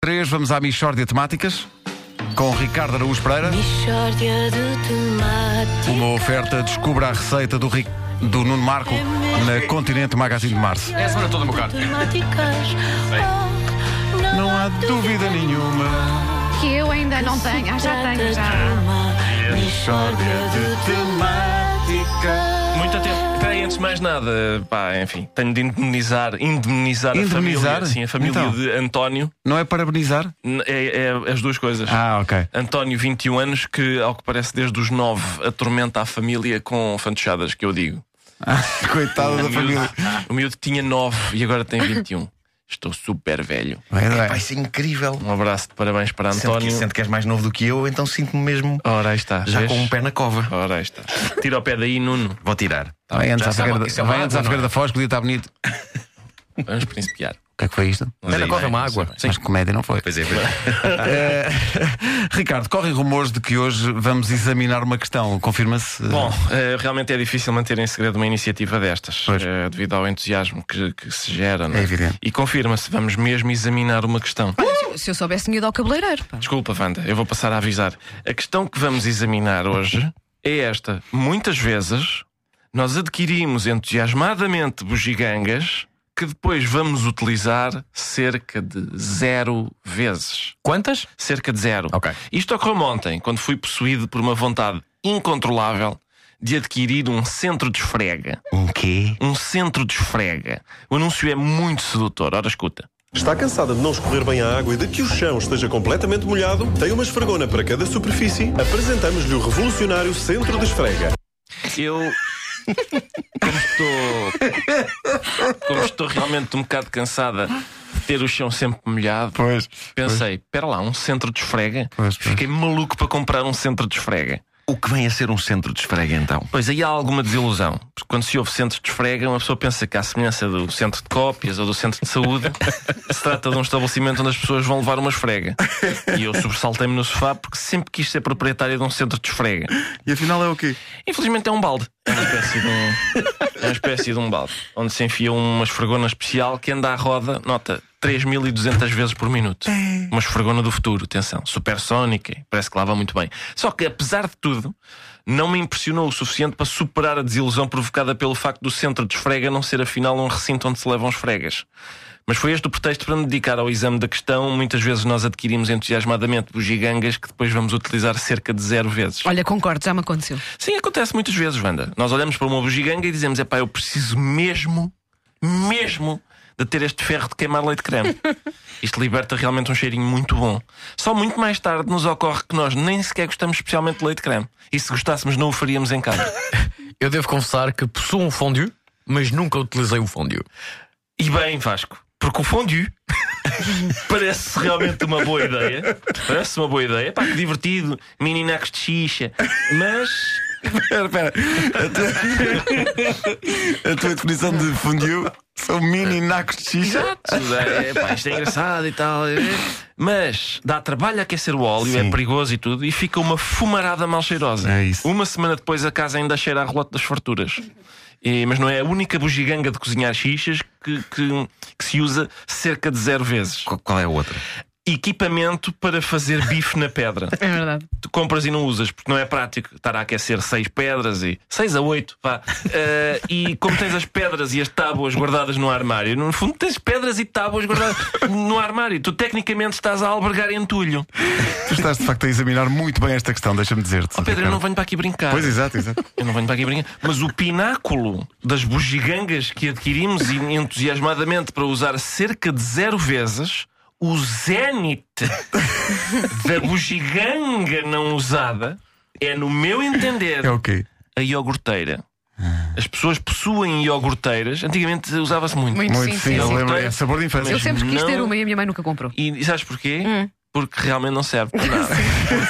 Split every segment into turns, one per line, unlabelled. três, vamos à Michórdia de Temáticas com Ricardo Araújo Pereira.
Mishória de temáticas.
Uma oferta descubra a receita do, Ri- do Nuno Marco na Continente Magazine de Março.
É a semana toda, meu caro.
Temáticas. Oh,
Não há dúvida nenhuma.
Que eu ainda não tenho. Ah, já tenho, já.
Mishória de temáticas.
Muito atento. Espera aí, antes de mais nada, pá, enfim, tenho de indemnizar, indemnizar,
Indemnizar?
a família. Sim, a família
Então.
de António.
Não é parabenizar?
N- É, é as duas coisas.
Ah, ok.
António, 21 anos, que, ao que parece, desde os 9 atormenta a família com fantochadas, que eu digo.
Coitado da
O
família.
miúdo- O miúdo tinha 9 e agora tem 21. Estou super velho.
Vai, vai.
Vai ser incrível.
Um abraço de parabéns para
Sendo que,
António.
sendo que és mais novo do que eu, então sinto-me mesmo
Ora, aí está.
já
vês?
com um pé na cova.
Ora, aí está. Tira o pé daí, Nuno.
Vou tirar.
Vai antes
Já
à
sabe
Figueira
que isso
da-
é
vai
uma
antes à
água,
Figueira da Foz, que o dia está bonito. O
Vamos principiar.
que é que foi isto?
Mas
Pé na
aí,
cova é
não
uma
isso.
água.
Sim.
Mas comédia não foi.
Pois é, pois é.
Eh, Ricardo, correm rumores de que hoje vamos examinar uma questão. Confirma-se?
Bom, eh, realmente é difícil manter em segredo uma iniciativa destas,
Pois.
eh, devido ao entusiasmo que, que se gera. não
É evidente.
E confirma-se, vamos mesmo examinar uma questão.
Se eu soubesse, tinha ido ao cabeleireiro. pá.
Desculpa, Wanda, eu vou passar a avisar. A questão que vamos examinar hoje é esta. Muitas vezes nós adquirimos entusiasmadamente bugigangas que depois vamos utilizar cerca de zero vezes.
Quantas?
Cerca de zero.
Ok.
Isto ocorreu ontem, quando fui possuído por uma vontade incontrolável de adquirir um centro de esfrega.
Um
eh,
quê?
Um centro de esfrega. O anúncio é muito sedutor. Ora, escuta.
Está cansada de não escorrer bem a água e de que o chão esteja completamente molhado? Tem uma esfregona para cada superfície? Apresentamos-lhe o revolucionário Centro de Esfrega.
Eu. Como estou. Como estou realmente um bocado cansada de ter o chão sempre molhado,
Pois.
pensei: pera lá, um centro de esfrega?
Pois, pois.
Fiquei maluco para comprar um centro de esfrega.
O que vem a ser um centro de esfrega então?
Pois aí há alguma desilusão. Porque quando se ouve centros de esfrega, uma pessoa pensa que, à semelhança do centro de cópias ou do centro de saúde, se trata de um estabelecimento onde as pessoas vão levar uma esfrega. E eu sobressaltei-me no sofá porque sempre quis ser proprietário de um centro de esfrega.
E afinal é o quê?
Infelizmente é um balde. É uma espécie de um, é uma espécie de um balde. Onde se enfia uma esfregona especial que anda à roda, nota, 3.200 vezes por minuto. Uma esfregona do futuro, atenção. Supersónica, parece que lava muito bem. Só que, apesar de tudo, não me impressionou o suficiente para superar a desilusão provocada pelo facto do centro de esfrega não ser afinal um recinto onde se levam esfregas. Mas foi este o pretexto para me dedicar ao exame da questão. Muitas vezes nós adquirimos entusiasmadamente bugigangas que depois vamos utilizar cerca de zero vezes.
Olha, concordo, já me aconteceu.
Sim, acontece muitas vezes, Wanda. Nós olhamos para uma bugiganga e dizemos: é pá, eu preciso mesmo, mesmo de ter este ferro de queimar leite creme. Isto liberta realmente um cheirinho muito bom. Só muito mais tarde nos ocorre que nós nem sequer gostamos especialmente de leite creme. E se gostássemos, não o faríamos em casa.
Eu devo confessar que possuo um fondue, mas nunca utilizei o fondue.
E bem, Vasco, porque o fondue parece realmente uma boa ideia. Parece uma boa ideia. Pá, que divertido, mini nacos de xixa. Mas.
Espera, espera. A tua, a tua definição de fundiu são mini nacos de xixa.
Exato. É, pá, isto é engraçado e tal. é. Mas dá trabalho a aquecer o óleo, é perigoso e tudo, e fica uma fumarada mal cheirosa.
É isso.
Uma semana depois a casa ainda cheira a rolote das farturas. E- mas não é a única bugiganga de cozinhar xixas que, que- que se usa cerca de zero vezes.
Qual, qual é a outra?
Equipamento para fazer bife na pedra.
É verdade.
Tu compras e não usas, porque não é prático estar a aquecer seis pedras e. seis a oito, vá. Eh, e como tens as pedras e as tábuas guardadas no armário, no fundo tens pedras e tábuas guardadas no armário. Tu tecnicamente estás a albergar entulho.
Tu estás de facto a examinar muito bem esta questão, deixa-me dizer-te.
Oh, Pedro, eu
Ricardo.
não venho para aqui brincar.
Pois, é. exato, exato.
Eu não venho para aqui brincar. Mas o pináculo das bugigangas que adquirimos e entusiasmadamente para usar cerca de zero vezes, o zénite da bugiganga não usada, é, no meu entender,
É o quê?
a iogurteira. As pessoas possuem iogurteiras. Antigamente usava-se muito.
Muito,
Muito
sim,
sim,
sim.
eu
sim.
lembro. É sabor de infância.
Eu sempre quis
Não.
ter uma e a minha mãe nunca comprou.
E, e sabes porquê? Porque realmente não serve para nada.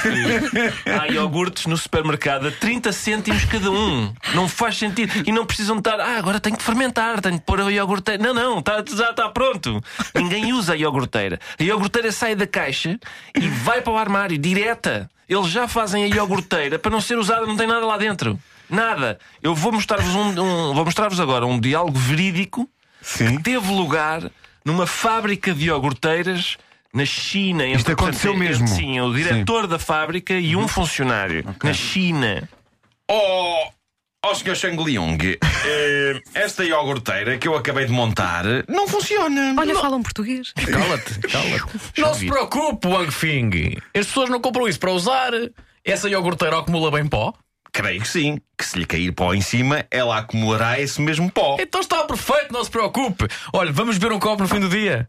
Porque há iogurtes no supermercado a 30 cêntimos cada um. Não faz sentido. E não precisam de estar. Ah, agora tenho que fermentar, tenho que pôr a iogurteira. Não, não, tá- já está pronto. Ninguém usa a iogurteira. A iogurteira sai da caixa e vai para o armário, direta. Eles já fazem a iogurteira para não ser usada, não tem nada lá dentro. Nada. Eu vou mostrar-vos um- um, vou mostrar-vos agora um diálogo verídico
Sim.
teve lugar numa fábrica de iogurteiras na China. Entre,
Isto aconteceu
portanto,
mesmo. Uhum.
Entre, sim, é o diretor da fábrica e um funcionário. Na China.
Oh, oh Sr. Shang Liung, eh, esta iogurteira que eu acabei de montar não funciona.
Olha, falam português.
Cala-te, cala-te. Não se preocupe, Wang Fing. As pessoas não compram isso para usar. Essa iogurteira acumula bem pó.
Creio que sim, que se lhe cair pó em cima, ela acumulará esse mesmo pó.
É-
Então está perfeito, não se preocupe. Olha, vamos beber um copo no fim do dia.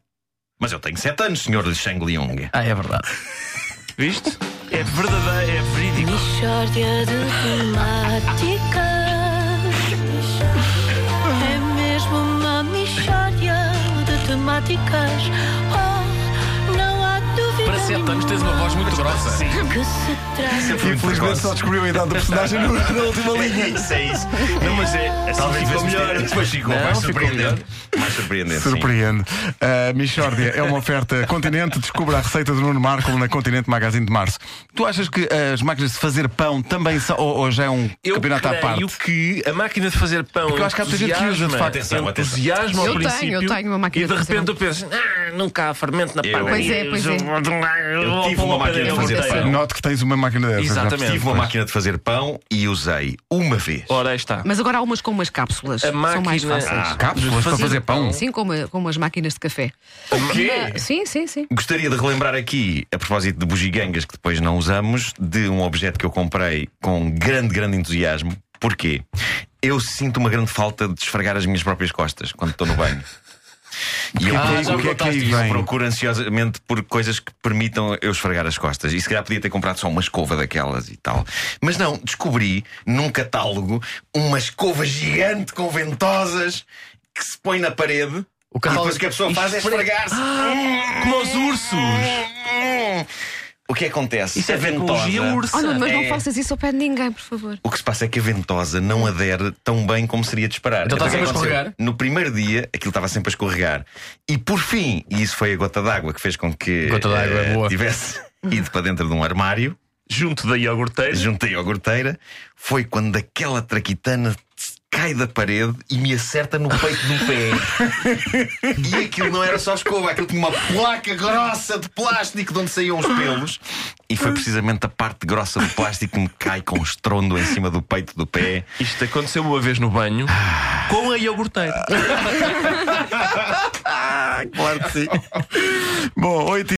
Mas eu tenho 7 anos, Sr. Shang Liung.
Ah, é verdade.
Viste? É verdadeiro, é verídico.
Mixórdia de temáticas. É mesmo uma mixórdia de temáticas. Oh, não há dúvida.
Para 7 anos tens uma voz muito grossa.
nenhuma Que se trata.
Infelizmente só descobriu a idade do personagem no- na última linha.
Isso é isso. Não, mas é. Assim Talvez ficou melhor. Depois ficou
Não,
mais
ficou
surpreendente. Mais surpreendente. sim.
Surpreende. A Michórdia é uma oferta Continente. Descubra a receita do Nuno Marco na Continente Magazine de Março. Tu achas que as máquinas de fazer pão também são. Ou, ou já é um
Eu
campeonato à parte?
creio que a máquina de fazer pão
Porque eu acho que há muita gente que usa, de
entusiasma-
facto.
Atenção, atenção.
entusiasma ao
Eu tenho, eu
princípio
tenho uma máquina
e de
de fazer
repente eu penso ah, nunca há fermento na
Eu-
padaria
Pois é, pois é.
um
Eu tive uma máquina de fazer
Acontece.
pão.
Note que tens uma máquina dessas. é?
Exatamente.
Tive uma máquina de fazer pão e usei uma vez.
Ora, aí está
Mas agora há umas com umas cápsulas.
A
São mais
máquina-
fáceis.
Ah,
Cápsulas para fazer pão.
Sim, como, como as máquinas de café. Ah, Sim, sim, sim.
Gostaria de relembrar aqui, a propósito de bugigangas que depois não usamos, de um objeto que eu comprei com grande, grande entusiasmo. Porquê? Eu sinto uma grande falta de esfregar as minhas próprias costas quando estou no banho. E eu
Ah,
procuro-
já me
o que é que
contaste
aí
isso.
vem?
procuro ansiosamente por coisas que permitam eu esfregar as costas. E se calhar podia ter comprado só uma escova daquelas e tal. Mas não, descobri num catálogo uma escova gigante com ventosas que se põe na parede.
O
E
catálogo-
depois o que a pessoa faz é
Esfrega- Ah,
esfregar-se.
Como aos ursos
É. O que acontece?
Isso é
A
tecnologia ursa
Olha, Oh, mas não
É.
faças isso ao pé de ninguém, por favor.
O que se passa é que a ventosa não adere tão bem como seria de esperar. É
Então está
o que
sempre a
aconteceu?
escorregar?
No primeiro dia, aquilo estava sempre a escorregar. E por fim, e isso foi a gota d'água que fez com que
Gota d'água é
eh,
boa.
tivesse ido para dentro de um armário,
Junto da iogurteira
junto à iogurteira, foi quando aquela traquitana cai da parede e me acerta no peito do pé. e aquilo não era só escova, aquilo tinha uma placa grossa de plástico de onde saíam os pelos. E foi precisamente a parte grossa do plástico que me cai com um estrondo em cima do peito do pé.
Isto aconteceu uma vez no banho Com a iogurteira
Ah, claro que sim.
Bom, 8